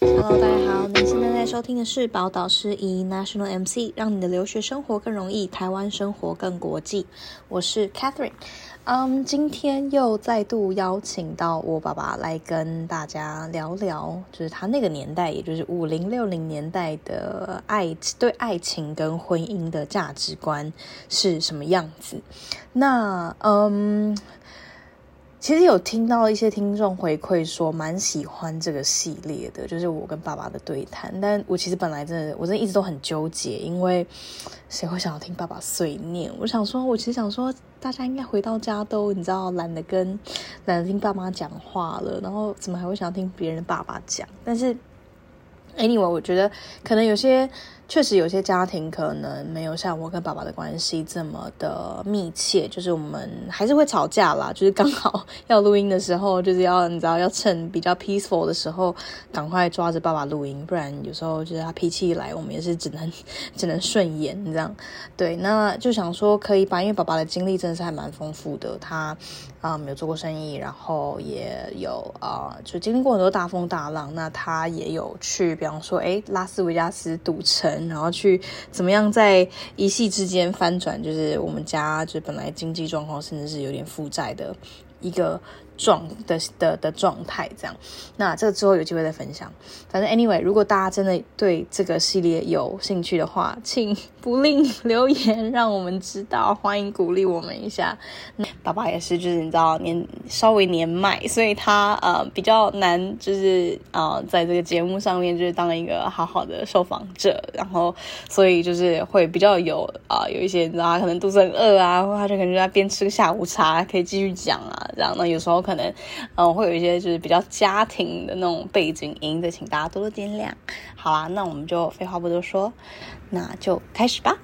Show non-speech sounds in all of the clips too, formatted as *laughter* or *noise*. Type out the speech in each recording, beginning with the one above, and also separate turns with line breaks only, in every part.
Hello，大家好，您现在在收听的是宝岛师仪 National MC，让你的留学生活更容易，台湾生活更国际。我是 Catherine，嗯，今天又再度邀请到我爸爸来跟大家聊聊，就是他那个年代，也就是五零六零年代的爱对爱情跟婚姻的价值观是什么样子。那嗯。其实有听到一些听众回馈说蛮喜欢这个系列的，就是我跟爸爸的对谈。但我其实本来真的，我真的一直都很纠结，因为谁会想要听爸爸碎念？我想说，我其实想说，大家应该回到家都你知道懒得跟懒得听爸妈讲话了，然后怎么还会想要听别人的爸爸讲？但是 anyway，我觉得可能有些确实有些家庭可能没有像我跟爸爸的关系这么的密切，就是我们还是会吵架啦，就是刚好要录音的时候，就是要你知道要趁比较 peaceful 的时候，赶快抓着爸爸录音，不然有时候就是他脾气一来，我们也是只能 *laughs* 只能顺延这样。对，那就想说可以吧，因为爸爸的经历真的是还蛮丰富的，他啊、嗯有做过生意，然后也有啊、呃就经历过很多大风大浪。那他也有去，比方说，诶拉斯维加斯赌城，然后去怎么样在一夕之间翻转，就是我们家就本来经济状况甚至是有点负债的一个状的的的状态这样。那这个之后有机会再分享。反正 anyway，如果大家真的对这个系列有兴趣的话，请不吝留言让我们知道，欢迎鼓励我们一下。那爸爸也是，就是你知道年稍微年迈，所以他呃比较难，就是呃在这个节目上面就是当一个好好的受访者，然后所以就是会比较有啊、呃有一些你知道他可能肚子很饿啊，或他就可能就在边吃个下午茶，可以继续讲啊，这样那有时候可能嗯、呃会有一些就是比较家庭的那种背景音的，请大家多多见谅。好啦，那我们就废话不多说，那就开始吧。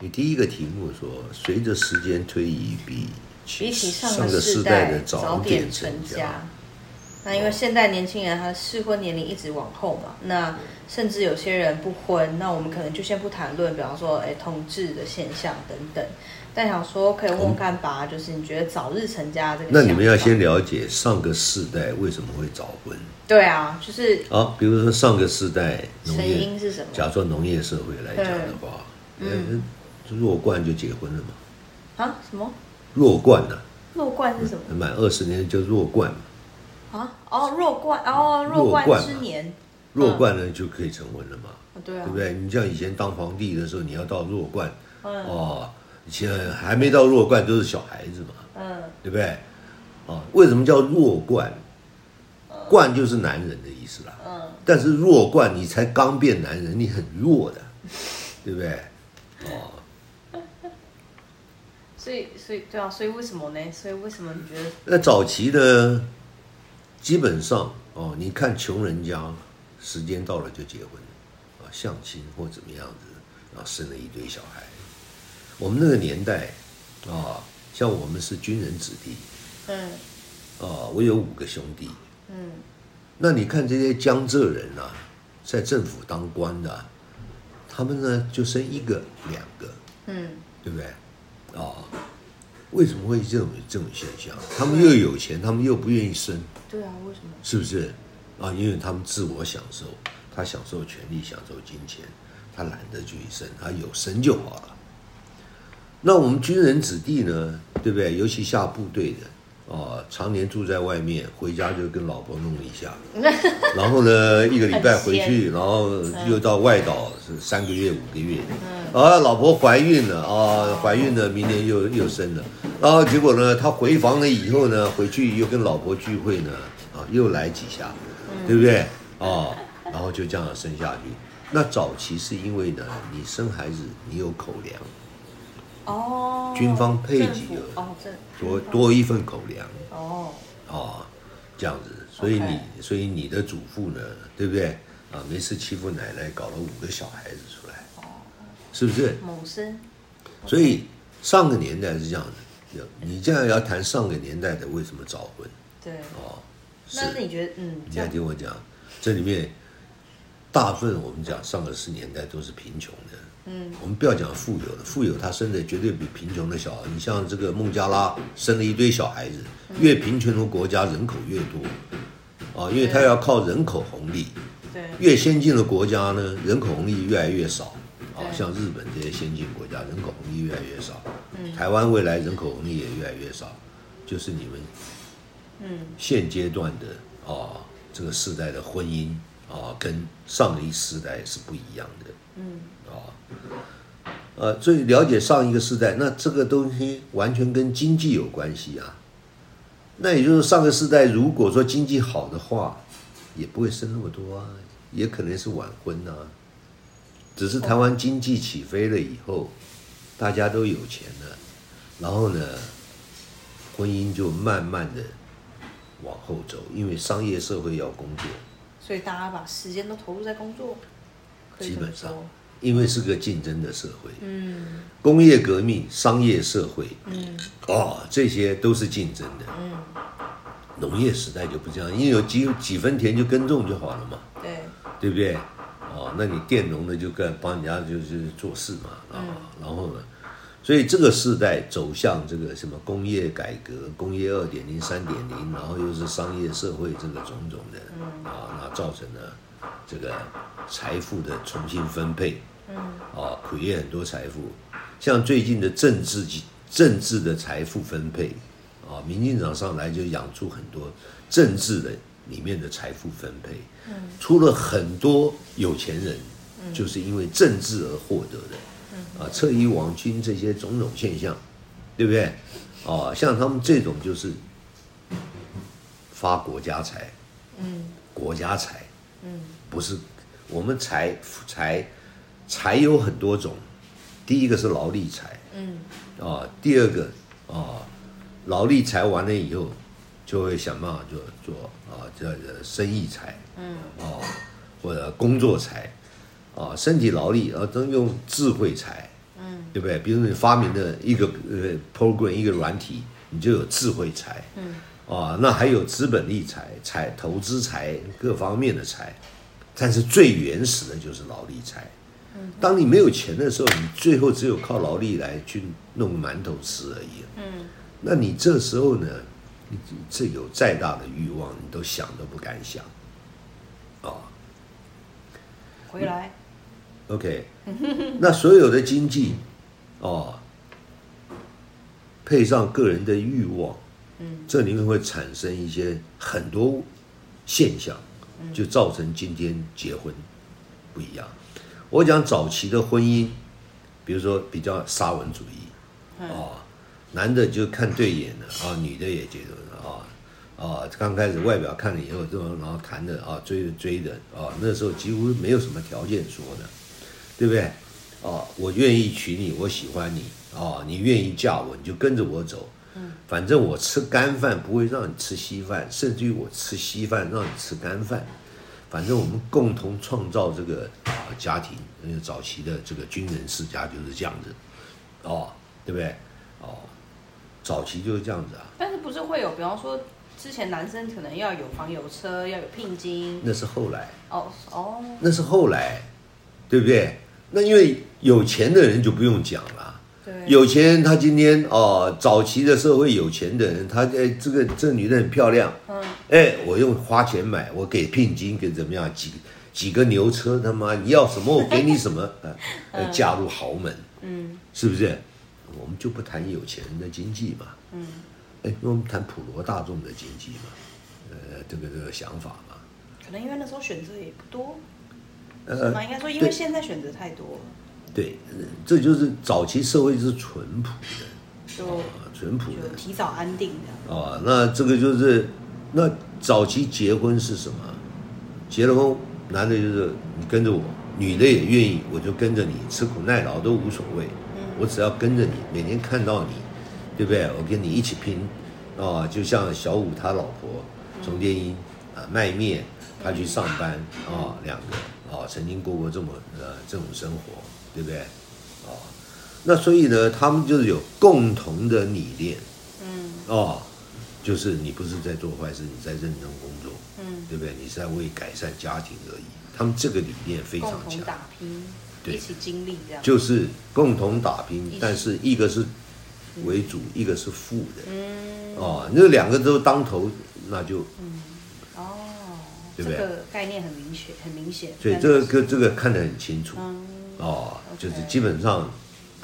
你第一个题目说，随着时间推移，比
比起上
上
个
个
世
世
代
代的
早
点
成
家，。
那因为现在年轻人他适婚年龄一直往后嘛，那甚至有些人不婚，那我们可能就先不谈论，比方说哎同志的现象等等。但想说可以问问看吧，就是你觉得早日成家这个，
那你们要先了解上个世代为什么会早婚
对啊，就是
啊？比如说上个世代农
成
业，
因是什么
假如说农业社会来讲的话，嗯，弱冠就结婚了嘛，
啊？什么
弱冠呢、
弱冠是什么
满二十年就弱冠嘛，
啊？哦，弱冠哦，弱
嗯弱
冠
冠啊
之年，
弱冠呢就可以成婚了嘛，
哦对啊
对不，对？你像以前当皇帝的时候，你要到弱冠，
嗯
哦，以前还没到弱冠都是小孩子嘛，
嗯
对不对？啊，为什么叫弱冠？冠就是男人的意思啦。
嗯，
但是弱冠，你才刚变男人，你很弱的，对不对？哦，
所以所以对啊，所以为什么呢？所以为什么你觉得
那早期的基本上哦，你看穷人家，时间到了就结婚，啊，相亲或怎么样子，然后生了一堆小孩。我们那个年代啊，像我们是军人子弟
嗯
啊，我有五个兄弟，
嗯
那你看这些江浙人啊，在政府当官的啊，他们呢就生一个、两个，
嗯
对不对？啊，为什么会这种这种现象？他们又有钱，他们又不愿意生，
对啊，为什么？
是不是？啊，因为他们自我享受，他享受权利，享受金钱，他懒得去生，他有生就好了。那我们军人子弟呢，对不对？尤其下部队的，啊，常年住在外面，回家就跟老婆弄一下，然后呢，一个礼拜回去，然后又到外岛是三个月、五个月，啊，老婆怀孕了啊，怀孕了，明年又又生了，然后结果呢，他回房了以后呢，回去又跟老婆聚会呢，啊，又来几下，对不对？啊，然后就这样生下去。那早期是因为呢，你生孩子你有口粮，
哦，
军方配给
政府
了
哦，政
多多一份口粮，
哦，
啊，这样子，所以
OK
你所以你的祖父呢，对不对？啊，没事欺负奶奶，搞了五个小孩子出来，是不是？
谋生，
所以上个年代是这样的，有你这样要谈上个年代的为什么早婚
对。
啊？是
那，你觉得，嗯，
你
这
要
样
听我讲，这里面大部分我们讲上个世年代都是贫穷的，嗯，我们不要讲富有的，富有他生的绝对比贫穷的小。你像这个孟加拉生了一堆小孩子，越贫穷的国家人口越多，啊，因为他要靠人口红利。
对
越先进的国家呢，人口红利越来越少。啊，
对
像日本这些先进国家，人口红利越来越少。台湾未来人口红利也越来越少，就是你们，现阶段的啊、这个世代的婚姻啊、跟上一世代是不一样的。呃，所以了解上一个时代，那这个东西完全跟经济有关系啊。那也就是上个时代，如果说经济好的话，也不会生那么多啊，也可能是晚婚啊呐、只是台湾经济起飞了以后，大家都有钱了，然后呢，婚姻就慢慢的往后走，因为商业社会要工作，
所以大家把时间都投入在工作，可以
基
这么
本上
说
因为是个竞争的社会。工业革命、商业社会，
嗯
哦，这些都是竞争的。
嗯，
农业时代就不这样，因为有几几分田就耕种就好了嘛，
对，
对不对？哦，那你佃农的就干帮人家就是做事嘛，啊、然后呢，所以这个时代走向这个什么工业改革、工业二点零、三点零，然后又是商业社会这个种种的，啊、那造成了这个财富的重新分配，
嗯
啊，苦业很多财富，像最近的政治政治的财富分配，啊，民进党上来就养出很多政治的里面的财富分配，
嗯
出了很多有钱人，就是因为政治而获得
嗯
的，啊，侧翼网军这些种种现象，对不对？啊，像他们这种就是发国家财，
嗯
国家财，
嗯
不是我们财财财有很多种，第一个是劳力财
嗯，
啊，第二个啊，劳力财完了以后，就会想办法做做啊，叫叫生意财，嗯，啊，或者工作财，啊，身体劳力啊，都用智慧财，嗯，对不对？比如你发明的一个呃 program 一个软体，你就有智慧财，嗯，啊，那还有资本力财、财投资财各方面的财，但是最原始的就是劳力财。当你没有钱的时候，你最后只有靠劳力来去弄个馒头吃而已。嗯，那你这时候呢，你你这有再大的欲望，你都想都不敢想。
回来
嗯 OK，那所有的经济，哦，配上个人的欲望，嗯，这里面会产生一些很多现象，就造成今天结婚不一样。我讲早期的婚姻，比如说比较沙文主义，哦，男的就看对眼了啊，女的也觉得啊。啊，刚开始外表看了以后，就然后谈的啊，追的追的啊，那时候几乎没有什么条件说的，对不对？啊，我愿意娶你，我喜欢你啊，你愿意嫁我，你就跟着我走。反正我吃干饭不会让你吃稀饭，甚至于我吃稀饭让你吃干饭。反正我们共同创造这个啊家庭，因为早期的这个军人世家就是这样子，哦，对不对？哦，早期就是这样子啊，
但是不是会有，比方说之前男生可能要有房有车，要有聘金，
那是后来。
哦哦，
那是后来，对不对？那因为有钱的人就不用讲了，
对，
有钱人他今天哦，早期的社会有钱的人，他哎这个这个女的很漂亮，
嗯，
哎，我用花钱买，我给聘金，给怎么样几几个牛车，他妈你要什么我给
*laughs*
你什么，呃呃，嫁入豪门，
嗯
是不是？我们就不谈有钱人的经济嘛，
嗯，
哎，那我们谈普罗大众的经济嘛，呃，这个这个想法嘛，
可能因为那时候选择也不多，是
呃
吗？，应该说因
对
为现在选择太多了，
对，呃这就是早期社会是淳朴的。
就
啊，淳朴
就
的
提早安定这样，
啊，那这个就是，那早期结婚是什么？结了婚，男的就是你跟着我，女的也愿意，我就跟着你，吃苦耐劳都无所谓，我只要跟着你，每天看到你，对不对？我跟你一起拼，啊，就像小五他老婆从电音啊卖面，他去上班啊，两个啊曾经过过这么呃这种生活，对不对？啊，那所以呢，他们就是有共同的理念。
嗯
哦，就是你不是在做坏事，你在认真工作，
嗯，
对不对？你是在为改善家庭而已。他们这个理念非常
共同
强，
打拼，
对
一起经历这样，
就是共同打拼
起，
但是一个是为主，一个是副的。
嗯，
哦，那两个都当头，那就
哦，
对不对
这个概念很明确，很明显，
所以
但
这个
是
跟这个看得很清楚。
嗯，
哦，就是
OK
基本上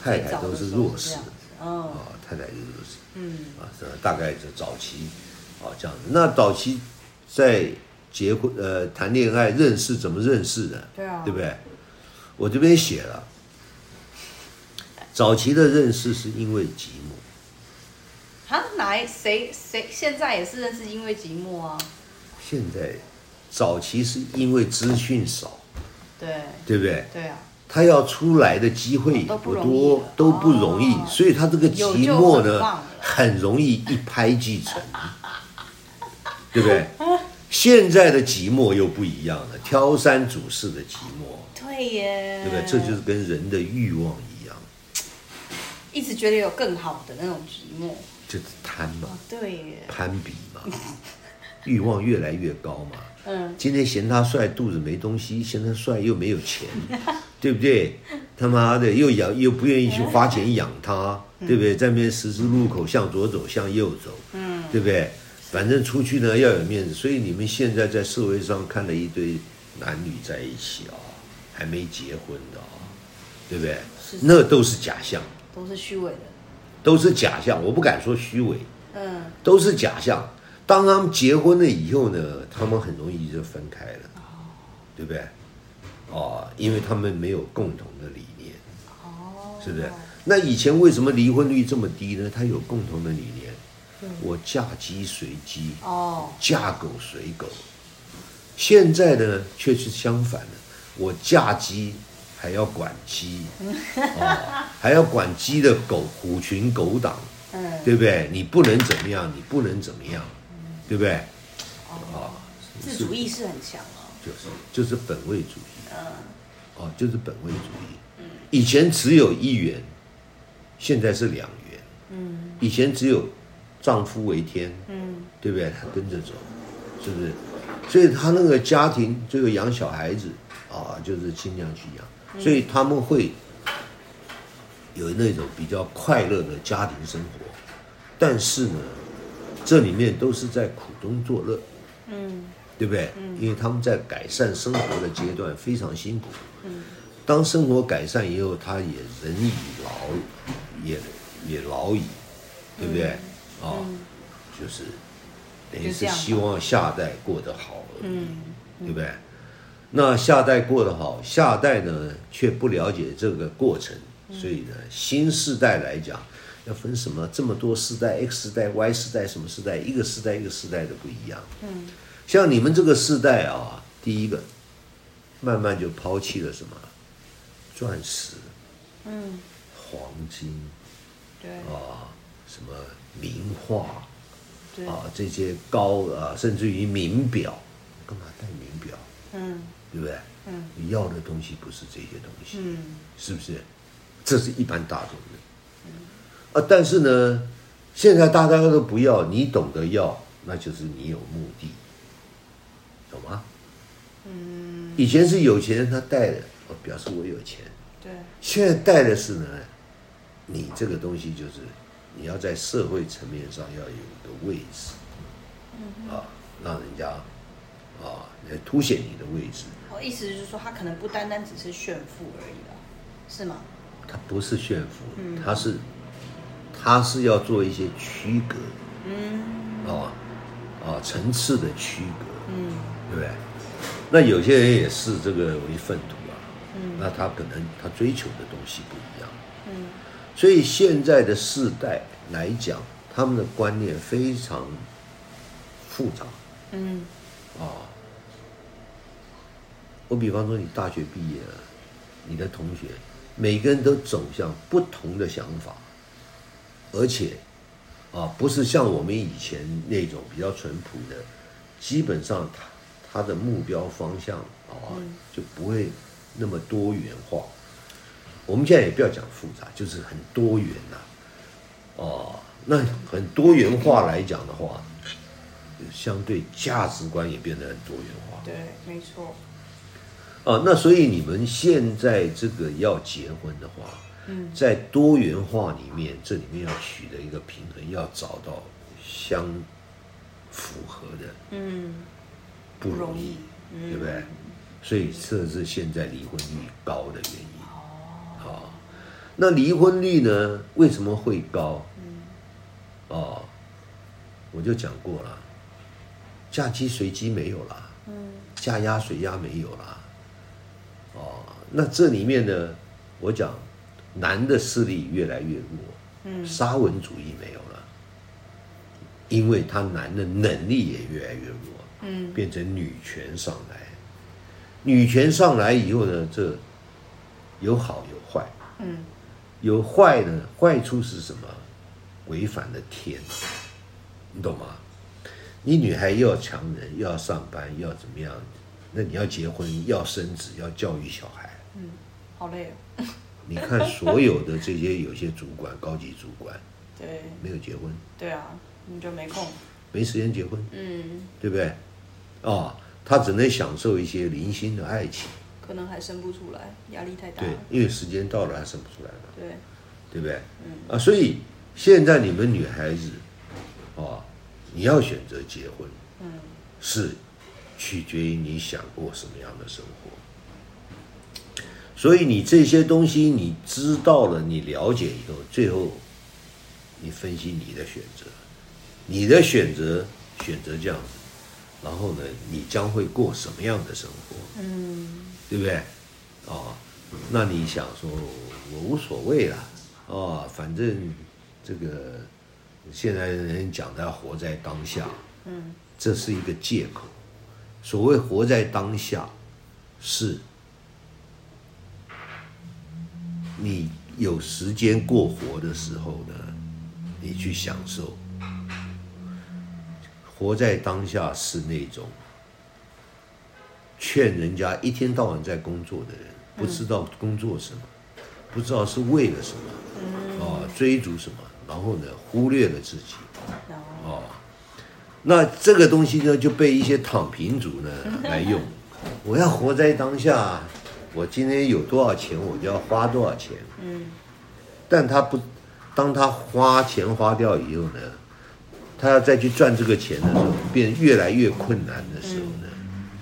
太
最
太
早
都
的
是
时候
弱
这
势
样
的
子，哦，
啊，太太就是弱势。
嗯，
啊，这大概就早期啊这样子。那早期在结婚呃谈恋爱认识怎么认识的？
对啊
对不对？我这边写了，早期的认识是因为寂寞。
他哪一谁谁现在也是认识因为寂寞啊，
现在早期是因为资讯少，
对，
对不对？
对啊，
他要出来的机会也
哦都不
不
容易
多
了，
都不容易，
哦
所以他这个
有
寂
就
寞
很
呢
棒了，
很容易一拍即成，对不对？现在的寂寞又不一样了，挑三拣四的寂寞，
对耶，
对不对？这就是跟人的欲望一样，
一直觉得有更好的那种寂寞，
就是贪嘛，
哦，对耶，
攀比嘛，欲望越来越高嘛。
嗯，
今天嫌他帅，肚子没东西；嫌他帅又没有钱， *laughs* 对不对？他妈的又养又不愿意去花钱养他，对不对？在那边十字路口向左走，向右走，
嗯，
对不对？反正出去呢要有面子，所以你们现在在社会上看了一堆男女在一起啊、还没结婚的啊、对不对
是？
那都是假象，
都是虚伪的，
都是假象，我不敢说虚伪，
嗯，
都是假象。当他们结婚了以后呢，他们很容易就分开了，对不对？哦，因为他们没有共同的理念，
哦，
是不是？那以前为什么离婚率这么低呢？他有共同的理念，我嫁鸡随鸡，
哦，
嫁狗随狗。现在呢，却是相反的，我嫁鸡还要管鸡，哦，还要管鸡的狗虎群狗党，
嗯，
对不对？你不能怎么样，你不能怎么样，对不对？啊，
自主意识很强哦，
就是就是本位主义，
嗯
哦，就是本位主义。以前只有一元，现在是两元。
嗯
以前只有丈夫为天，
嗯，
对不对？他跟着走，是不是？所以他那个家庭最后养小孩子啊，就是尽量去
嗯
养，所以他们会有那种比较快乐的家庭生活，但是呢，这里面都是在苦中作乐，
嗯
对不对？因为他们在改善生活的阶段非常辛苦，当生活改善以后，他也人已劳，也也劳矣，对不对？啊，就是等于
嗯就这
是
样吧
希望下代过得好而已，
嗯，
对不对？那下代过得好，下代呢却不了解这个过程，
嗯
所以呢，新世代来讲，要分什么这么多世代，X 世代、Y 世代什么世代，一个世代一个世代的不一样。嗯，像你们这个世代啊，第一个慢慢就抛弃了什么钻石、
嗯，
黄金
对
啊，什么名画
对，
啊这些高啊，甚至于名表，干嘛戴名表？
嗯
对不对？
嗯，
你要的东西不是这些东西，
嗯
是不是？这是一般大众的。啊，但是呢，现在大家都不要，你懂得要，那就是你有目的，懂吗？
嗯，
以前是有钱人他带的，哦表示我有钱，
对，
现在带的是呢，你这个东西就是你要在社会层面上要有一个位置，啊，让人家啊来凸显你的位置，
我意思就是说，他可能不单单只是炫富而已了，是吗？
它不是炫富，它是它是要做一些区隔，嗯，啊啊层次的区隔，
嗯
对不对？那有些人也视这个为粪土啊，嗯，那他可能他追求的东西不一样，
嗯，
所以现在的世代来讲，他们的观念非常复杂
嗯，
啊。我比方说，你大学毕业了，你的同学每个人都走向不同的想法，而且啊，不是像我们以前那种比较淳朴的，基本上他他的目标方向啊就不会那么多元化。我们现在也不要讲复杂，啊就是很多元呐、哦，那很多元化来讲的话，相对价值观也变得很多元化。
对，没错。
哦，那所以你们现在这个要结婚的话，
嗯，
在多元化里面，这里面要取得一个平衡，要找到相符合的，
嗯，
不容易，嗯对不对？所以这是现在离婚率高的原因。哦，那离婚率呢？为什么会高？哦，我就讲过了，嫁鸡随鸡没有啦，嫁鸭随鸭没有啦。哦，那这里面呢，我讲男的势力越来越弱，
嗯
沙文主义没有了，因为他男的能力也越来越弱，
嗯，
变成女权上来，女权上来以后呢，这有好有坏，
嗯，
有坏呢，坏处是什么？违反了天，你懂吗？你女孩又要强人，又要上班，又要怎么样？那你要结婚，要生子，要教育小孩。
好累哦。
你看所有的这些有些主管，高级主管
对，
没有结婚，
对啊，你就没空。
没时间结婚，
嗯，
对不对？哦，他只能享受一些零星的爱情，
可能还生不出来，压力太大
对
了。，
因为时间到了，他生不出来嘛。
对，
对不对？啊，所以现在你们女孩子，啊，你要选择结婚，
嗯，
是取决于你想过什么样的生活。所以你这些东西你知道了，你了解以后，最后你分析你的选择，你的选择选择这样子，然后呢，你将会过什么样的生活？
嗯，
对不对？哦，那你想说，我无所谓啦，哦，反正这个现在人讲的要活在当下，
嗯，
这是一个借口。所谓活在当下，是你有时间过活的时候呢，你去享受。活在当下是那种劝人家一天到晚在工作的人，不知道工作什么，不知道是为了什么，啊，追逐什么，然后呢，忽略了自己，
然后
哦，那这个东西呢，就被一些躺平族呢来用。我要活在当下，我今天有多少钱，我就要花多少钱。
嗯，
但他不，当他花钱花掉以后呢，他要再去赚这个钱的时候，变越来越困难的时候呢，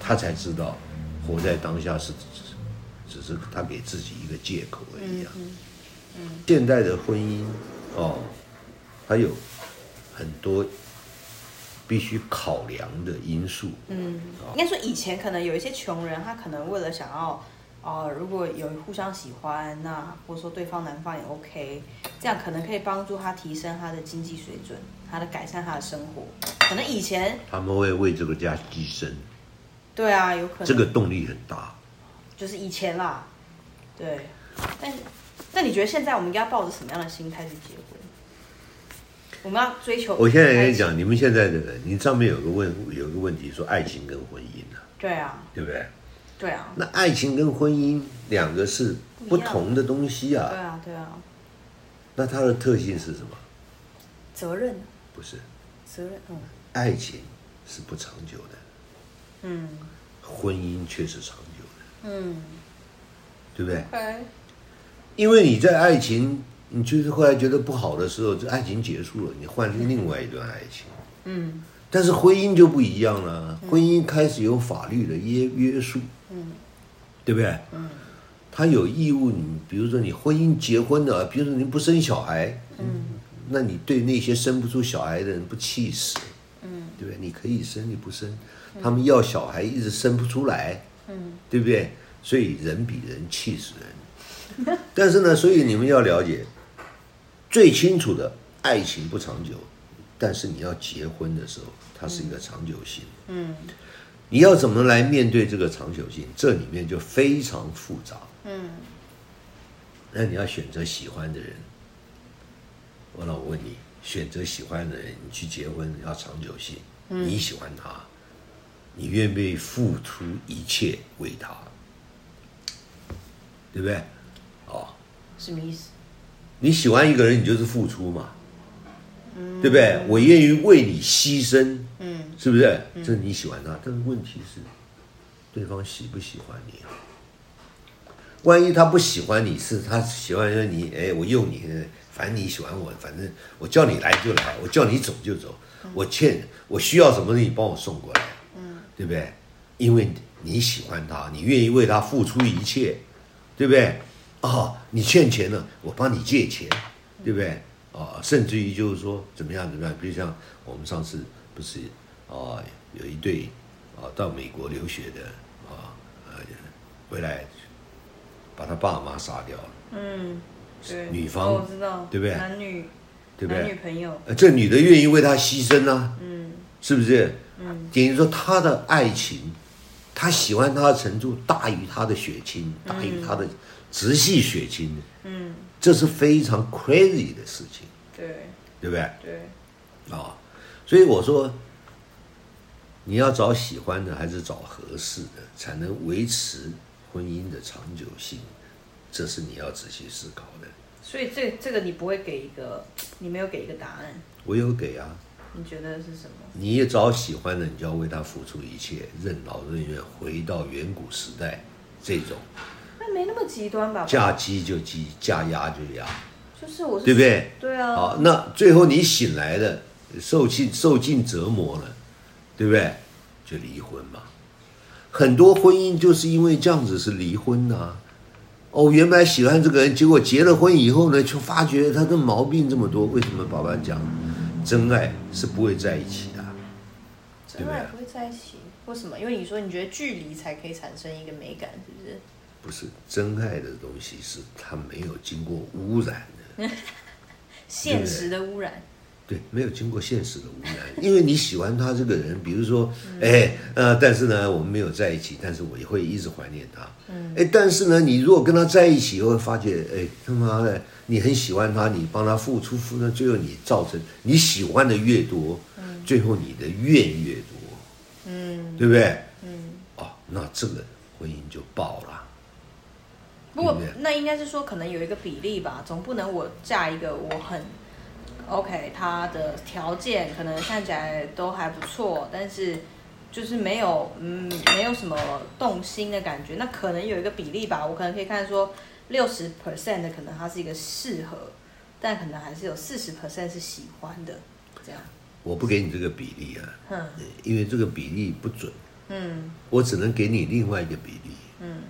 他才知道活在当下是只是他给自己一个借口而已啊。现代的婚姻哦，它有很多必须考量的因素。
嗯应该说以前可能有一些穷人，他可能为了想要，哦，如果有互相喜欢，那或者说对方男方也 OK，这样可能可以帮助他提升他的经济水准，他的改善他的生活。可能以前
他们会为这个家牺牲，
对啊，有可能
这个动力很大。
就是以前啦，对。但那你觉得现在我们应该抱着什么样的心态去结婚？我们要追求？
我现在跟你，讲，你们现在的人，你上面有个问有个问题说爱情跟婚姻啊，
对啊，
对不对？
对啊，
那爱情跟婚姻两个是不同的东西
对
啊，
啊，对啊，
那它的特性是什么？
责任，
不是，
责任，嗯
爱情是不长久的，
嗯
婚姻却是长久的，
嗯，
对不对？
哎，
因为你在爱情，你就是后来觉得不好的时候，这爱情结束了，你换另外一段爱情。
嗯
但是婚姻就不一样了，婚姻开始有法律的约约束，
嗯
对不对？
嗯
他有义务你，比如说你婚姻结婚了，比如说你不生小孩，
嗯
那你对那些生不出小孩的人不气死，
嗯
对不对？你可以生，你不生，他们要小孩一直生不出来，
嗯
对不对？所以人比人气死人。 *laughs* 但是呢，所以你们要了解，最清楚的爱情不长久，但是你要结婚的时候，它是一个长久性。
嗯
你要怎么来面对这个长久性？这里面就非常复杂。
嗯，
那你要选择喜欢的人。我老我问你，选择喜欢的人，你去结婚要长久性，你喜欢他，你愿不愿意付出一切为他？对不对？哦，
什么意思？
你喜欢一个人，你就是付出嘛，对不对？我愿意为你牺牲，嗯，是不是？这是你喜欢他，但是问题是，对方喜不喜欢你啊？万一他不喜欢你，是他喜欢说你，哎，我用你，反正你喜欢我，反正我叫你来就来，我叫你走就走，我欠我需要什么你帮我送过来，嗯，对不对？因为你喜欢他，你愿意为他付出一切，对不对？哦，你欠钱了，我帮你借钱，对不对？啊、甚至于就是说怎么样怎么样，比如像我们上次不是啊、有一对啊、到美国留学的啊、呃回来把他爸妈杀掉了，
嗯，对，
女方
哦我知道，
对不对
男女
对不
男女
对？
朋友，
呃这女的愿意为他牺牲啊，
嗯
是不是？嗯，等于说她的爱情，她喜欢他的程度大于她的血亲，大于她的直系血亲，
嗯，
这是非常 crazy 的事情，
对
对不对？
对，
啊、所以我说，你要找喜欢的还是找合适的，才能维持婚姻的长久性，这是你要仔细思考的。
所以这这个你不会给一个，你没有给一个答案，
我有给啊，
你觉得是什么？
你也找喜欢的，你就要为他付出一切，任劳任怨，回到远古时代这种
那没那么极端吧？
嫁鸡就鸡，嫁鸭就鸭。
就是我是
对不对？
*laughs* 对啊，
好，那最后你醒来了，受尽受尽折磨了，对不对？就离婚嘛。很多婚姻就是因为这样子是离婚呐、哦，原来喜欢这个人，结果结了婚以后呢，却发觉他的毛病这么多。为什么爸爸讲，真爱是不会在一起的啊？对
真
不对
爱不会在一起，为什么？因为你说你觉得距离才可以产生一个美感，是不是？
不是真爱的东西，是它没有经过污染的。
现实的污染，
对，没有经过现实的污染，因为你喜欢他这个人，比如说，哎，呃，但是呢，我们没有在一起，但是我也会一直怀念他。哎，但是呢，你如果跟他在一起，会发觉，哎，他妈的，你很喜欢他，你帮他付出，付出，最后你造成你喜欢的越多，最后你的怨越多，嗯，对不对？嗯，哦，那这个婚姻就爆了。
不过
对不对
那应该是说可能有一个比例吧，总不能我嫁一个我很 OK，他的条件可能看起来都还不错，但是就是没有嗯没有什么动心的感觉，那可能有一个比例吧，我可能可以看说六十 percent 的可能他是一个适合，但可能还是有四十 percent 是喜欢的，这样，
我不给你这个比例啊，
嗯
因为这个比例不准。
嗯
我只能给你另外一个比例。嗯，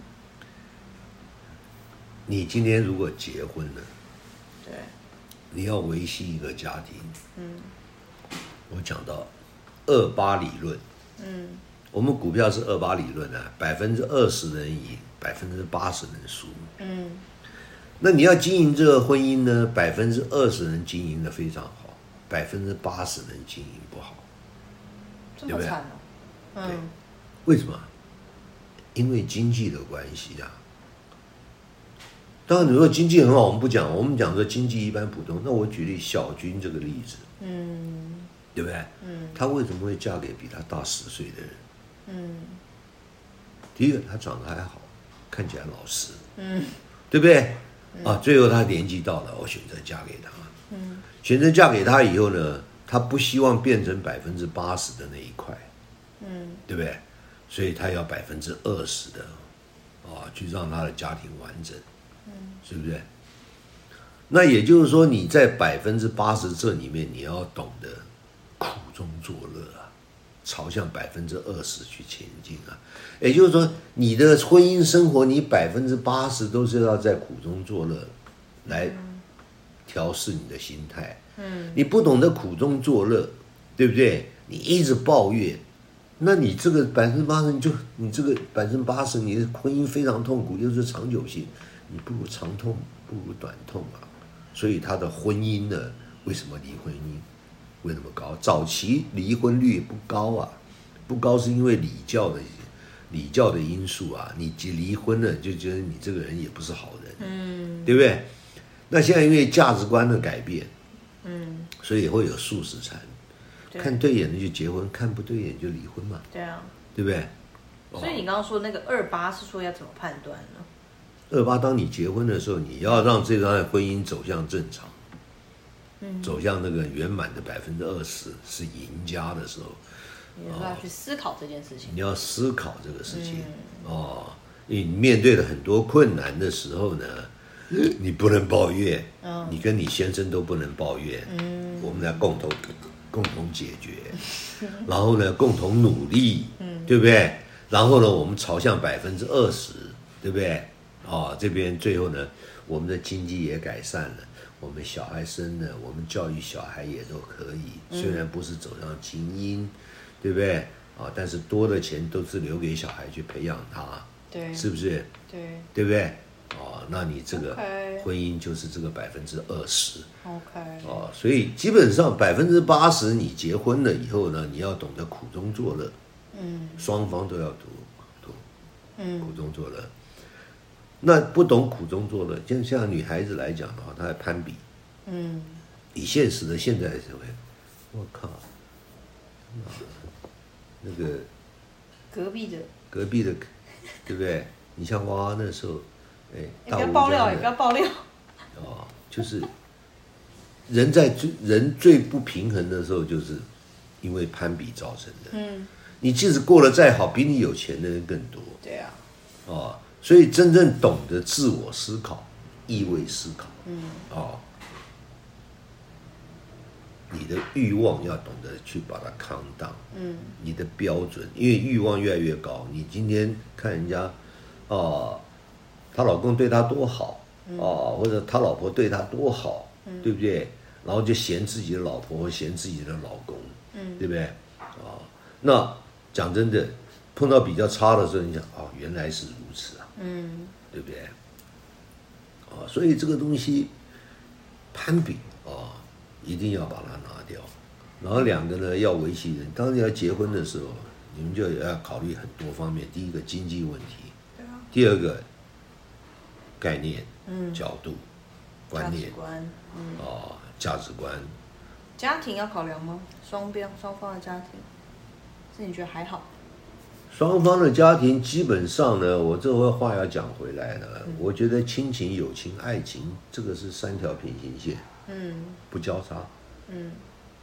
你今天如果结婚了，
对，
你要维系一个家庭。嗯，我讲到二八理论。嗯，我们股票是二八理论啊，百分之二十人赢，百分之八十人输。
嗯
那你要经营这个婚姻呢，百分之二十人经营的非常好，百分之八十人经营不好。
这么
对不对
惨哦、
对
嗯
为什么？因为经济的关系啊。当然，你说经济很好，我们不讲，我们讲说经济一般普通。那我举例小军这个例子，
嗯
对不对？
嗯
她为什么会嫁给比她大十岁的人？
嗯
第一个，她长得还好，看起来老实，
嗯
对不对？啊，最后她年纪到了，我选择嫁给他。
嗯
选择嫁给他以后呢，她不希望变成百分之八十的那一块，
嗯，
对不对？所以他要百分之二十的啊，去让他的家庭完整，是不是？那也就是说，你在百分之八十这里面，你要懂得苦中作乐啊，朝向百分之二十去前进啊。也就是说，你的婚姻生活，你百分之八十都是要在苦中作乐，来调试你的心态。嗯，你不懂得苦中作乐，对不对？你一直抱怨，那你这个百分之八十，你就你这个百分之八十，你的婚姻非常痛苦，又是长久性，你不如长痛不如短痛啊。所以他的婚姻呢，为什么离婚率为什么高？早期离婚率不高啊，不高是因为礼教的礼教的因素啊。你结离婚了，就觉得你这个人也不是好人，嗯，对不对？那现在因为价值观的改变，嗯，所以会有素食餐，
对
看对眼的就结婚，看不对眼就离婚嘛。
对啊。
对不对？
所以你刚刚说那个二八是说要怎么判断呢？
二八，当你结婚的时候，你要让这段婚姻走向正常，走向那个圆满的百分之二十是赢家的时候，
你就要去思考这件事情。
你要思考这个事情、哦，因为你面对了很多困难的时候呢，你不能抱怨，你跟你先生都不能抱怨，我们来共同共同解决，然后呢，共同努力，对不对？然后呢，我们朝向百分之二十，对不对？哦，这边最后呢，我们的经济也改善了，我们小孩生了，我们教育小孩也都可以，虽然不是走上精英，对不对？啊，但是多的钱都是留给小孩去培养他，
对
是不是？
对
对不对？哦，那你这个
OK
婚姻就是这个百分之二十
，OK，
哦，所以基本上百分之八十你结婚了以后呢，你要懂得苦中作乐，
嗯
双方都要读读
嗯
苦中作乐。那不懂苦中作乐，就像女孩子来讲的话，她还攀比，
嗯，
以现实的现在的社会，我靠，那那个
隔壁的，
隔壁的，对不对？你像娃娃那时候，哎，
也
大
不要
吴
爆
家
料，也
的
不要爆料。
哦，就是人在最人最不平衡的时候，就是因为攀比造成的。
嗯，
你即使过得再好，比你有钱的人更多
对啊，
哦，所以真正懂得自我思考、意味思考，嗯，哦，你的欲望要懂得去把它扛当，嗯，你的标准，因为欲望越来越高，你今天看人家，哦，她老公对她多好，哦，或者她老婆对她多好，对不对？然后就嫌自己的老婆或嫌自己的老公，嗯，对不对？啊、那讲真的，碰到比较差的时候，你想，哦，原来是如此啊，
嗯
对不对？啊，所以这个东西攀比啊，一定要把它拿掉。然后两个呢要维系人，当你要结婚的时候，你们就也要考虑很多方面。第一个经济问题，
啊
第二个概念、
嗯，
角度、
价
观
值
念
观，嗯，
啊、价值观。
家庭要考量吗？双边双方的家庭，是你觉得还好？
双方的家庭基本上呢，我这回话要讲回来了，我觉得亲情、友情、爱情这个是三条平行线，
嗯
不交叉。
嗯，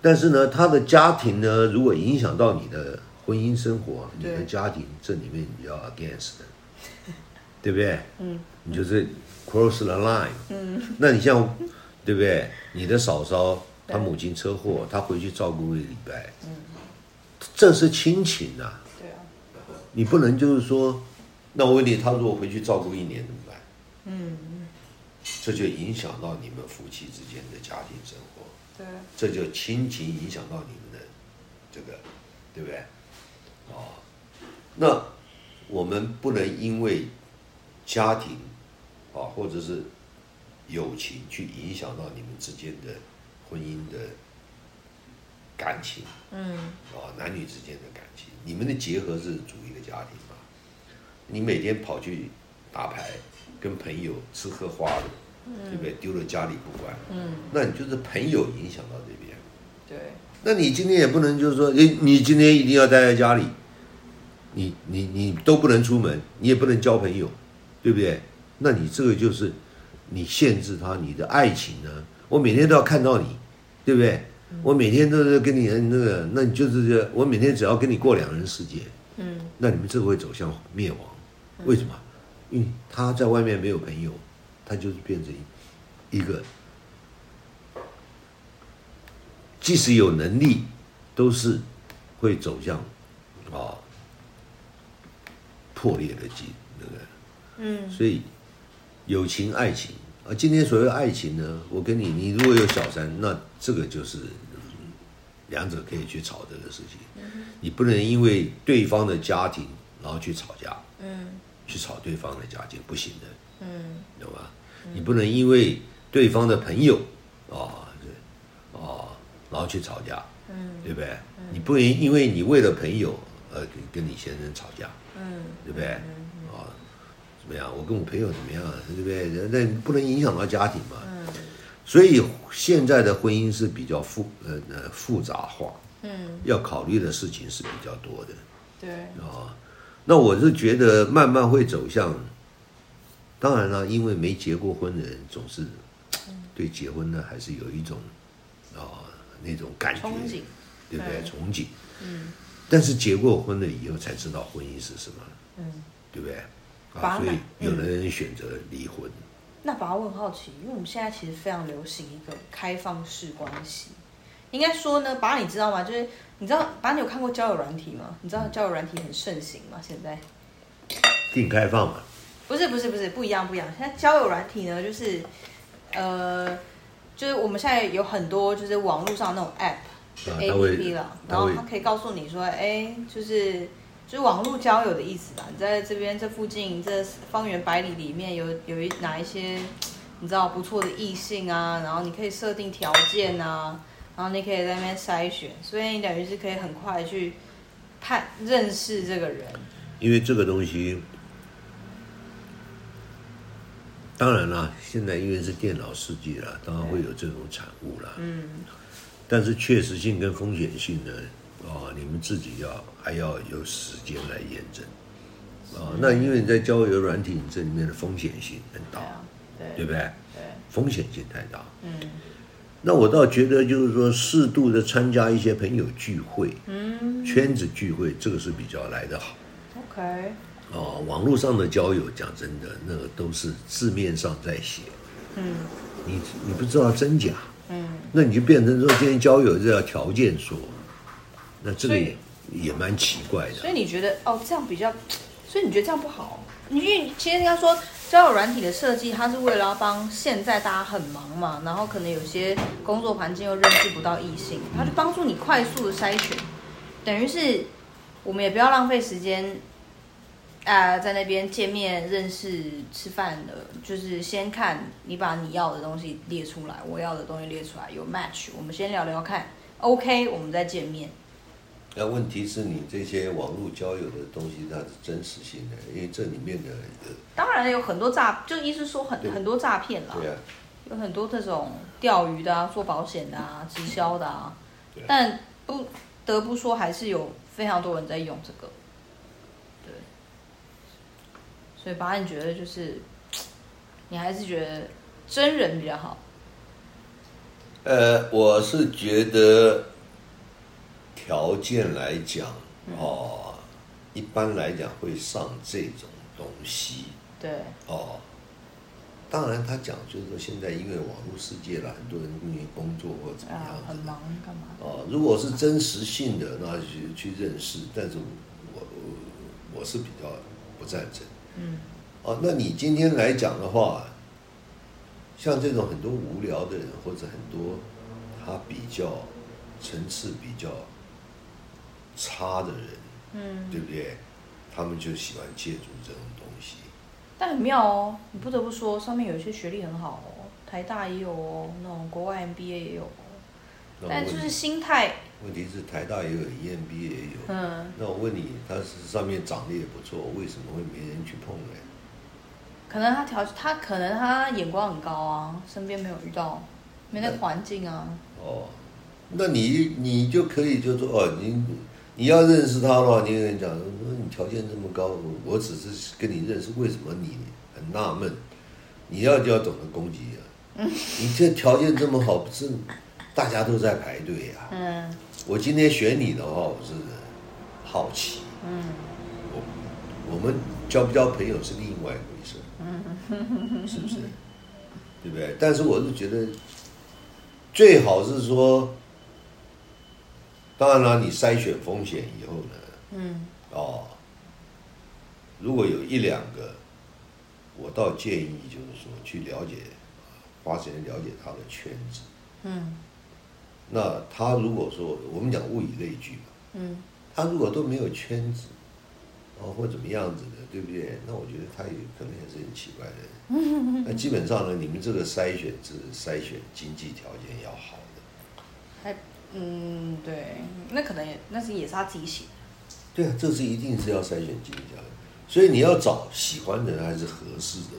但是呢，他的家庭呢，如果影响到你的婚姻生活，你的
对
家庭这里面你要 against，的
*laughs*
对不对？
嗯，
你就是 cross the line。嗯，那你像，对不对？你的嫂嫂她母亲车祸，她回去照顾一个礼拜，嗯，这是亲情啊。
对啊，
你不能就是说，那我问你，他如果回去照顾一年怎么办？
嗯，
这就影响到你们夫妻之间的家庭生活，
对，啊
这就亲情影响到你们的这个，对不对？哦，那我们不能因为家庭啊，或者是友情去影响到你们之间的婚姻的感情。
嗯
啊，男女之间的感情，你们的结合是组一个家庭嘛？你每天跑去打牌，跟朋友吃喝花的，对不对？丢了家里不管，
嗯，
那你就是朋友影响到这边。
对，
那你今天也不能就是说，诶，你今天一定要待在家里，你你你都不能出门，你也不能交朋友，对不对？那你这个就是你限制他你的爱情呢？我每天都要看到你，对不对？我每天都是跟你那个，那你就是我每天只要跟你过两人世界，
嗯
那你们这个会走向灭亡。为什么？因为他在外面没有朋友，他就是变成一个，即使有能力，都是会走向啊破裂的结那个
嗯，
所以友情、爱情啊，今天所谓爱情呢，我跟你，你如果有小三，那这个就是嗯两者可以去吵这个事情，
嗯
你不能因为对方的家庭然后去吵架，
嗯
去吵对方的家庭，不行的，
嗯，
懂吧？你不能因为对方的朋友啊，对啊，然后去吵架，
嗯，
对不对？你不能因为你为了朋友而跟跟你先生吵架，
嗯，
对不对？啊，怎么样？我跟我朋友怎么样？啊对不对？人那不能影响到家庭嘛。
嗯
所以现在的婚姻是比较复呃呃复杂化，
嗯，
要考虑的事情是比较多的。
对，
啊，那我是觉得慢慢会走向，
嗯
当然了，因为没结过婚的人总是对结婚呢还是有一种啊、那种感觉，
憧憬，
对不对？
嗯
憧憬。
嗯
但是结过婚了以后才知道婚姻是什么，
嗯。
对不对？
把
啊，
奶
所以有的人选择离婚，
那爸爸，我很好奇，因为我们现在其实非常流行一个开放式关系。应该说呢，爸，你知道吗？就是你知道，爸，你有看过交友软体吗？你知道交友软体很盛行吗？现在
定开放嘛，
不是不是不是不一样不一样。现在交友软体呢，就是呃，就是我们现在有很多就是网络上那种 app 就
啊
A
他
P
会
P 了，
他
然后
会
它可以告诉你说，哎，就是就是网络交友的意思啦。你在这边这附近这方圆百里里面有有一哪一些你知道不错的异性啊，然后你可以设定条件啊，然后你可以在那边筛选，所以你等于是可以很快地去判认识这个人。
因为这个东西，当然啦，现在因为是电脑世纪了，当然会有这种产物啦。嗯。但是确实性跟风险性呢，哦，你们自己要还要有时间来验证。哦，那因为你在交友软体你这里面的风险性很
对
大，
啊，对
对不对？
对，
风险性太大。
嗯
那我倒觉得就是说，适度的参加一些朋友聚会、
嗯
圈子聚会，这个是比较来得好。
，OK。
哦，网络上的交友，讲真的，那个都是字面上在写，
嗯
你你不知道真假，
嗯，
那你就变成说今天交友是要条件说，那这个
所以
也也蛮奇怪
所
的。
以你觉得哦，这样比较，所以你觉得这样不好？你因为其实应该说，交友软体的设计，它是为了要帮现在大家很忙嘛，然后可能有些工作环境又认识不到异性，它就帮助你快速的筛选，等于是我们也不要浪费时间。啊、在那边见面、认识、吃饭的，就是先看你把你要的东西列出来，我要的东西列出来，有 match，我们先聊聊看，OK，我们再见面。
那问题是你这些网络交友的东西，它是真实性的，因为这里面的
当然有很多诈，就意思说很
对
很多诈骗啦，
对啊，
有很多这种钓鱼的啊、做保险的啊、直销的啊
对，
但不得不说还是有非常多人在用这个，对。所以，把你觉得就是，你还是觉得真人比较好，
呃，我是觉得条件来讲，
嗯
哦，一般来讲会上这种东西，
对，
哦，当然他讲就是说，现在因为网络世界了，很多人因为工作或怎么
啊，
样
很
子的
忙干嘛？
哦，如果是真实性的，那去去认识，但是我我我是比较不赞成。
嗯
哦，那你今天来讲的话，像这种很多无聊的人，或者很多他比较层次比较差的人，
嗯，
对不对？他们就喜欢借助这种东西。
但很妙哦，你不得不说，上面有一些学历很好哦，台大也有哦，那种国外 MBA 也有哦，
那
但
我
就
问
是
你
心态，
问题是台大也有，EMBA 也有。
嗯。
那我问你，它是上面长得也不错，为什么会没人去碰呢？
可能他调他可能他眼光很高啊，身边没有遇到，没那个环境啊。
哦，那你你就可以就说哦，你你要认识他的话，你也跟你讲说你条件这么高，我我只是跟你认识，为什么你很纳闷？你要就要懂得攻击啊！你这条件这么好，不是大家都在排队啊呀、
嗯
我今天选你的话，我是好奇。
嗯
我我们交不交朋友是另外一回事，是不是？对不对？但是我是觉得，最好是说，当然了，你筛选风险以后呢，
嗯
哦，如果有一两个，我倒建议就是说去了解，花时间了解他的圈子。
嗯
那他如果说我们讲物以类聚嘛，
嗯
他如果都没有圈子，哦，或怎么样子的，对不对？那我觉得他也可能也是很奇怪的人。那基本上呢，你们这个筛选是筛选经济条件要好的。
嗯，对，那可能也那是也是他自己写的。
对啊，这是一定是要筛选经济条件，所以你要找喜欢的人还是合适的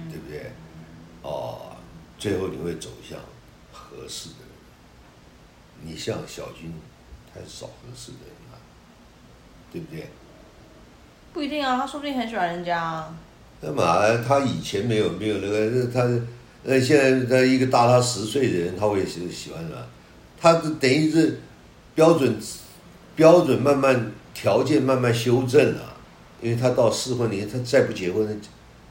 人，对不对？哦，最后你会走向合适的人。你像小军，他是找合适的人啊，对不对？
不一定啊，他说不定很喜欢人家啊。
那嘛，他以前没有没有那个，他呃，现在他一个大他十岁的人，他会喜喜欢什么？他等于是标准标准慢慢条件慢慢修正了、啊因为他到适婚年，他再不结婚，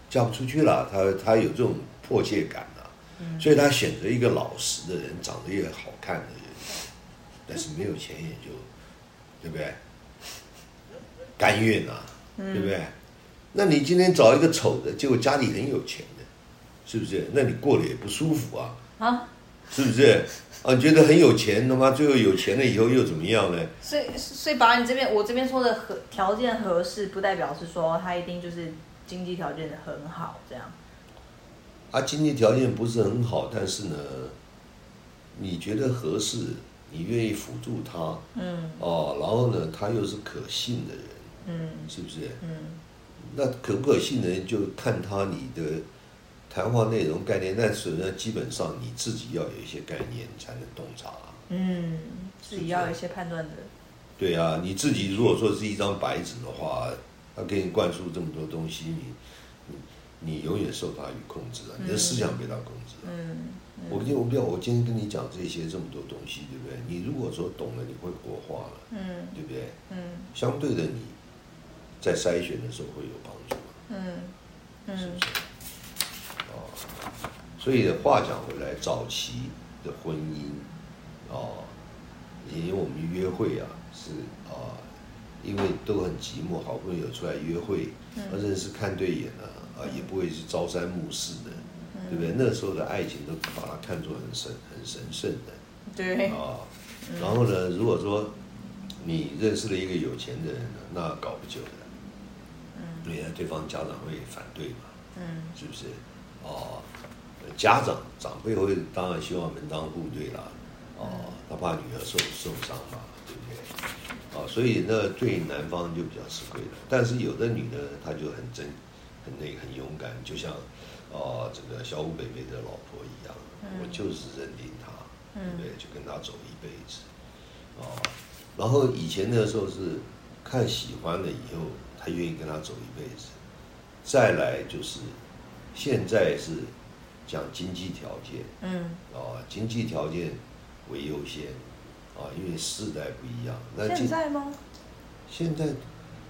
嫁不出去了。他他有这种迫切感了、所以他选择一个老实的人，长得也好看的人，但是没有钱也就，对不对？甘愿啊，对不对？那你今天找一个丑的，结果家里很有钱的，是不是？那你过得也不舒服啊，
啊，
是不是？啊，你觉得很有钱，他妈最后有钱了以后又怎么样呢？
所以所以，把你这边我这边说的合条件合适，不代表是说他一定就是经济条件很好这样。
啊，经济条件不是很好，但是呢，你觉得合适，你愿意辅助他，
嗯
哦，然后呢，他又是可信的人，
嗯
是不是？
嗯
那可不可信的人就看他你的谈话内容概念，但是呢，基本上你自己要有一些概念才能洞察、
嗯，自己要有一些判断的。
对啊，你自己如果说是一张白纸的话，他给你灌输这么多东西，你你你永远受他与控制啊，你的思想被他控制啊。
嗯
我今天我不要，我今天跟你讲这些这么多东西，对不对？你如果说懂了，你会活化了，
嗯
对不对？
嗯
相对的，你在筛选的时候会有帮助啊。
嗯
是
嗯
不是？哦，所以话讲回来，早期的婚姻，哦，因为我们约会啊，是啊、因为都很寂寞，好不容易有出来约会，
嗯
而认识看对眼了、啊，也不会去朝三暮四的，
嗯
对不对？那时候的爱情都把它看作很神、很神圣的。
对，嗯
啊，然后呢，如果说你认识了一个有钱的人呢，那搞不久的，因为对方家长会反对嘛，
嗯
是不是？哦，呃家长长辈会当然希望门当户对啦，哦，他怕女儿受受伤嘛，对不对？哦，所以那对男方就比较吃亏了。但是有的女的她就很真，很那个很勇敢，就像哦这个小虎北北的老婆一样，我就是认定他，
嗯
对不对？就跟他走一辈子，哦，然后以前的时候是看喜欢了以后，他愿意跟他走一辈子。再来就是现在是讲经济条件
嗯，
啊，经济条件为优先啊，因为世代不一样。那
现
经
在吗？
现在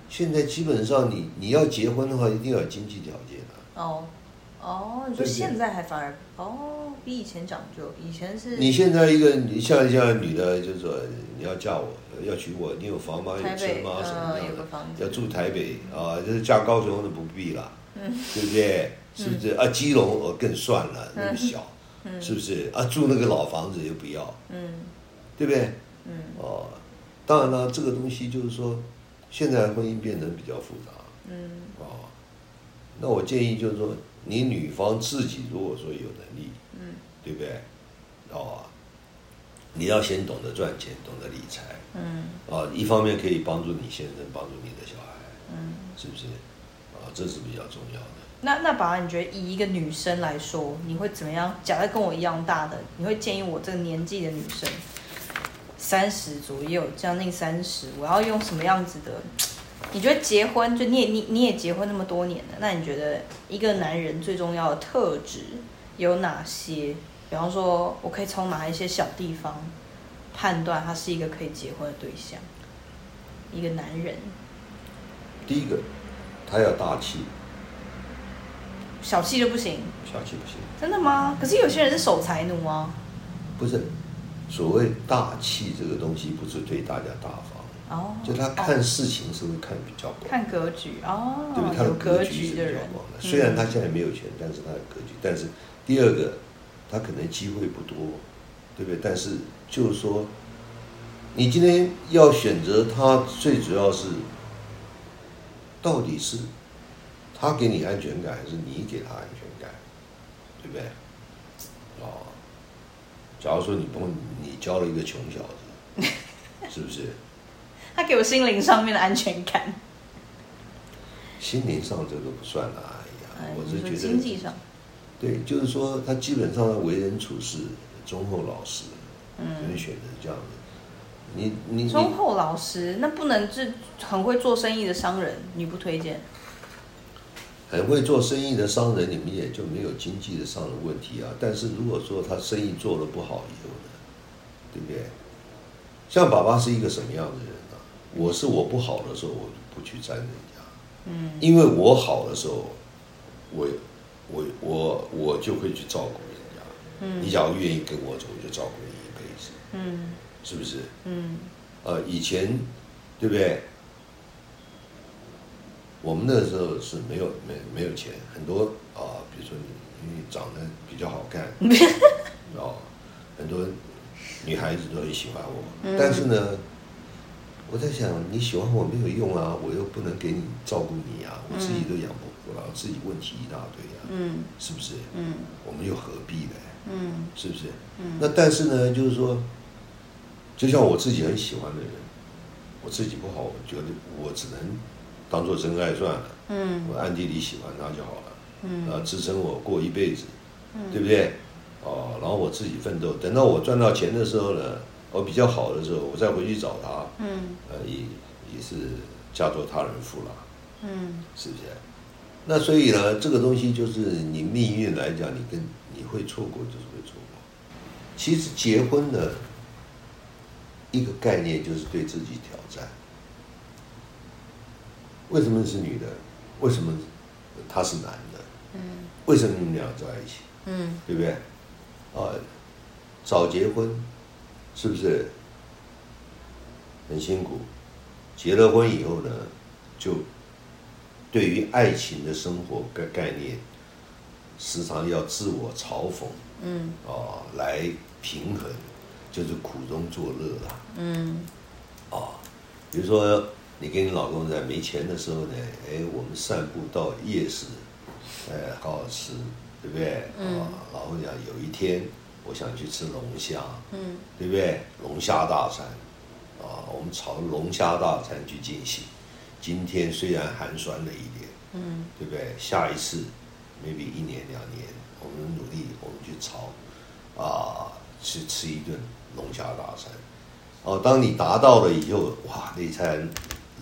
现在基本上你你要结婚的话，一定要有经济条件啊。
哦哦，你说
对对
现在还反而哦比以前讲究，以前是
你现在一个你像像女的，就是说你要嫁我，要娶我，你有房吗？有
台
车
北
吗？什么
呃
样
有个
的？
房
要
子，
住台北啊，就是嫁高雄的不必啦，对不对？是不是啊？基隆我更算了，那么小，是不是啊？住那个老房子又不要，
嗯
对不对？
嗯
哦，当然了，这个东西就是说，现在婚姻变得比较复杂
嗯
哦。那我建议就是说，你女方自己如果说有能力，
嗯
对不对？哦，你要先懂得赚钱，懂得理财
嗯
啊、一方面可以帮助你先生，帮助你的小孩，
嗯。
是不是？啊、这是比较重要的。
那那宝，你觉得以一个女生来说，你会怎么样？假如跟我一样大的，你会建议我这个年纪的女生，三十左右，将近三十，我要用什么样子的？你觉得结婚，就你也你你也结婚那么多年了，那你觉得一个男人最重要的特质有哪些？比方说，我可以从哪一些小地方判断他是一个可以结婚的对象？一个男人，
第一个，他要大气，
小气就不行，
小气不行。
真的吗？可是有些人是守财奴啊。
不是，所谓大气这个东西，不是对大家大方，
哦，
就他看事情是会看比较
哦
广，
看格局哦，
对不对？他
有
的格局
局
是
的
比较
人
广的。
嗯
虽然他现在没有钱，但是他的格局。但是第二个，他可能机会不多，对不对？但是就是说，你今天要选择他，最主要是到底是他给你安全感，还是你给他安全感，对不对？哦，假如说你碰你交了一个穷小子，
*laughs*
是不是？
他给我心灵上面的安全感，
心灵上这个不算啦、哎呀，
哎
我
你
是
说
觉得
经济上，
对，就是说他基本上为人处事忠厚老实，所以
嗯，
选择这样子。你你你
忠厚老实，那不能是很会做生意的商人，你不推荐？
很会做生意的商人，你们也就没有经济的上的问题啊。但是如果说他生意做得不好以后呢，对不对？像爸爸是一个什么样的人呢、我是我不好的时候，我就不去沾人家，嗯，因为我好的时候，我我我我就会去照顾人家。嗯，你假如愿意跟我走，我就照顾你一辈子，
嗯
是不是？
嗯
呃，以前对不对？我们那时候是没有没没有钱，很多啊、比如说你你长得比较好看，哦，很多女孩子都很喜欢我，但是呢，我在想你喜欢我没有用啊，我又不能给你照顾你啊，我自己都养不活了，我自己问题一大堆啊，
嗯
是不是？
嗯
我们又何必呢？
嗯
是不是？那但是呢，就是说，就像我自己很喜欢的人，我自己不好，我觉得我只能当做真爱算了，
嗯
我暗地里喜欢他就好了，
嗯
呃，支撑我过一辈子，对不对？哦，然后我自己奋斗，等到我赚到钱的时候呢，我比较好的时候，我再回去找他，
嗯
呃，也也是嫁作他人妇了，
嗯
是不是？那所以呢，这个东西就是你命运来讲，你跟你会错过就是会错过。其实结婚的一个概念就是对自己挑战。为什么是女的？为什么他是男的？
嗯
为什么你们俩在一起？
嗯
对不对？啊，早结婚是不是很辛苦？结了婚以后呢，就对于爱情的生活概概念，时常要自我嘲讽
嗯
啊，来平衡，就是苦中作乐啊。
嗯
啊，比如说你跟你老公在没钱的时候呢，哎，我们散步到夜市，哎，好好吃，对不对？
嗯
啊，然后讲有一天我想去吃龙虾，
嗯
对不对？龙虾大餐，啊，我们朝龙虾大餐去进行。今天虽然寒酸了一点，
嗯
对不对？下一次，maybe 一年两年，我们努力，我们去朝啊，去吃一顿龙虾大餐。哦，当你达到了以后，哇，那餐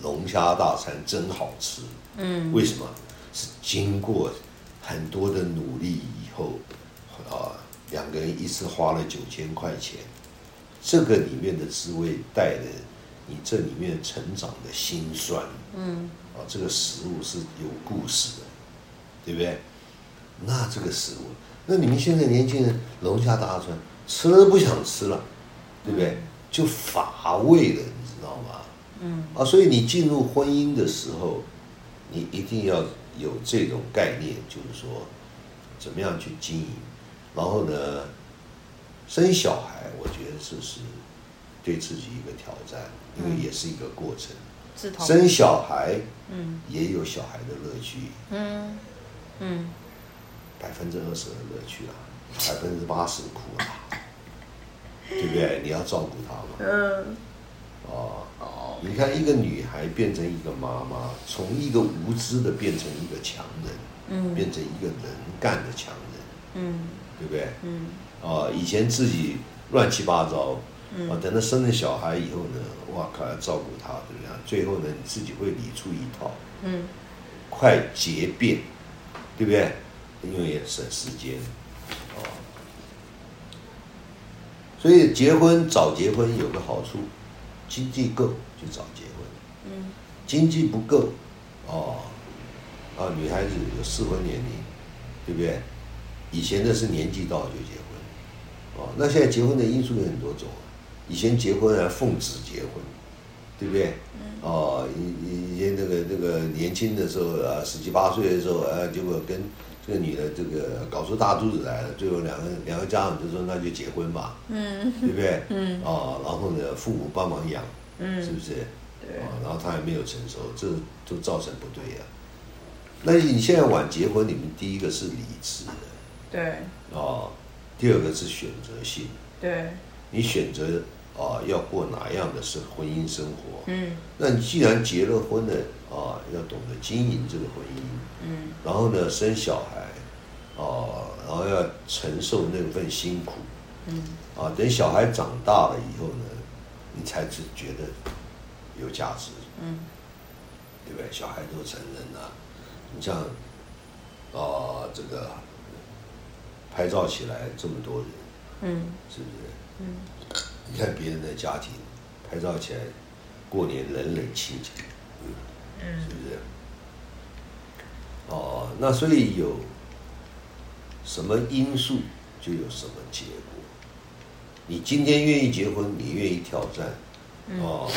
龙虾大餐真好吃。
嗯
为什么？是经过很多的努力以后，啊，两个人一次花了九千块钱，这个里面的滋味带着你这里面成长的辛酸。
嗯
啊，这个食物是有故事的，对不对？那这个食物，那你们现在年轻人龙虾大餐吃都不想吃了，对不对？就乏味了，你知道吗？
嗯
啊，所以你进入婚姻的时候，你一定要有这种概念，就是说怎么样去经营，然后呢，生小孩，我觉得这是对自己一个挑战，因为也是一个过程。
志同
生小孩
嗯
也有小孩的乐趣，
嗯嗯
百分之二十的乐趣啊，百分之八十苦啊，对不对？你要照顾她嘛，
嗯
哦，
哦
你看一个女孩变成一个妈妈，从一个无知的变成一个强人，
嗯
变成一个能干的强人，
嗯
对不对？
嗯
啊、以前自己乱七八糟，
嗯
啊，等到生了小孩以后呢，哇靠，要照顾她，对不对？最后呢，你自己会理出一套，
嗯
快捷变，对不对？因为也省时间，哦。所以结婚早结婚有个好处，经济够就早结婚，
嗯
经济不够，哦，啊，女孩子有适婚年龄，对不对？以前的是年纪到了就结婚，哦，那现在结婚的因素有很多种啊，以前结婚啊奉旨结婚，对不对？
嗯
哦，以以前那个那个年轻的时候啊，十七八岁的时候啊，结果跟这个女的这个搞出大肚子来了，最后两个两个家长就说那就结婚吧，
嗯
对不对？
嗯
哦，然后呢，父母帮忙养，
嗯
是不是？
对
啊，然后他还没有成熟，这都造成不对呀、啊那你现在晚结婚，你们第一个是理智的
对
啊，第二个是选择性，
对
你选择啊要过哪样的生婚姻生活？
嗯
那你既然结了婚了啊，要懂得经营这个婚姻，
嗯
然后呢生小孩，哦、然后要承受那份辛苦，
嗯
啊，等小孩长大了以后呢，你才是觉得有价值，
嗯
对不对？小孩都成人了、你像呃这个拍照起来这么多人，
嗯
是不是？
嗯，
你看别人的家庭拍照起来，过年冷冷清清，
嗯
是不是？哦，那所以有什么因素就有什么结果。你今天愿意结婚，你愿意挑战，哦，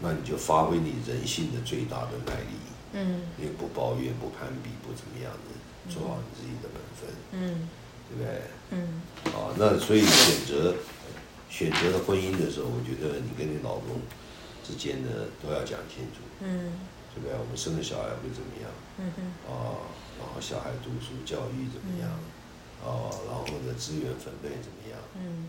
那你就发挥你人性的最大的耐力，
嗯
也不抱怨，不攀比，不怎么样的，做好你自己的本分，
嗯
对不对？
嗯
啊，那所以选择选择婚姻的时候，我觉得你跟你老公之间呢都要讲清楚，
嗯
对不对？我们生了小孩会怎么样
嗯哼
啊？然后小孩读书教育怎么样啊？然后呢资源分配怎么样？
嗯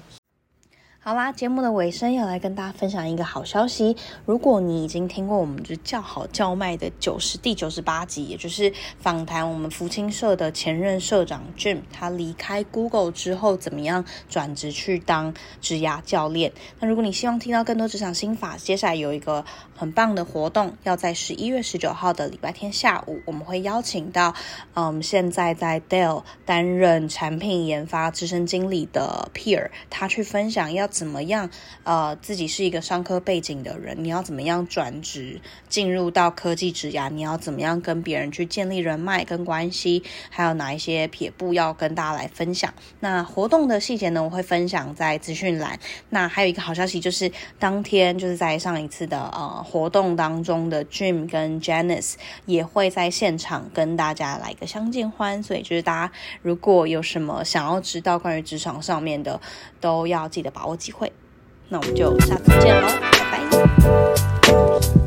好啦，节目的尾声要来跟大家分享一个好消息。如果你已经听过我们就叫好叫卖的九十第九十八集，也就是访谈我们福清社的前任社长 Jim，他离开 Google 之后怎么样转职去当职涯教练。那如果你希望听到更多职场心法，接下来有一个很棒的活动，要在十一月十九号的礼拜天下午，我们会邀请到嗯，现在在 Dell 担任产品研发资深经理的 Peer，他去分享要怎么样，呃，自己是一个商科背景的人，你要怎么样转职进入到科技职涯，你要怎么样跟别人去建立人脉跟关系，还有哪一些撇步要跟大家来分享。那活动的细节呢，我会分享在资讯栏。那还有一个好消息就是，当天就是在上一次的呃活动当中的 Jim 跟 Janice 也会在现场跟大家来个相见欢，所以就是大家如果有什么想要知道关于职场上面的，都要记得把握机会。那我们就下次见喽，拜拜。
是不是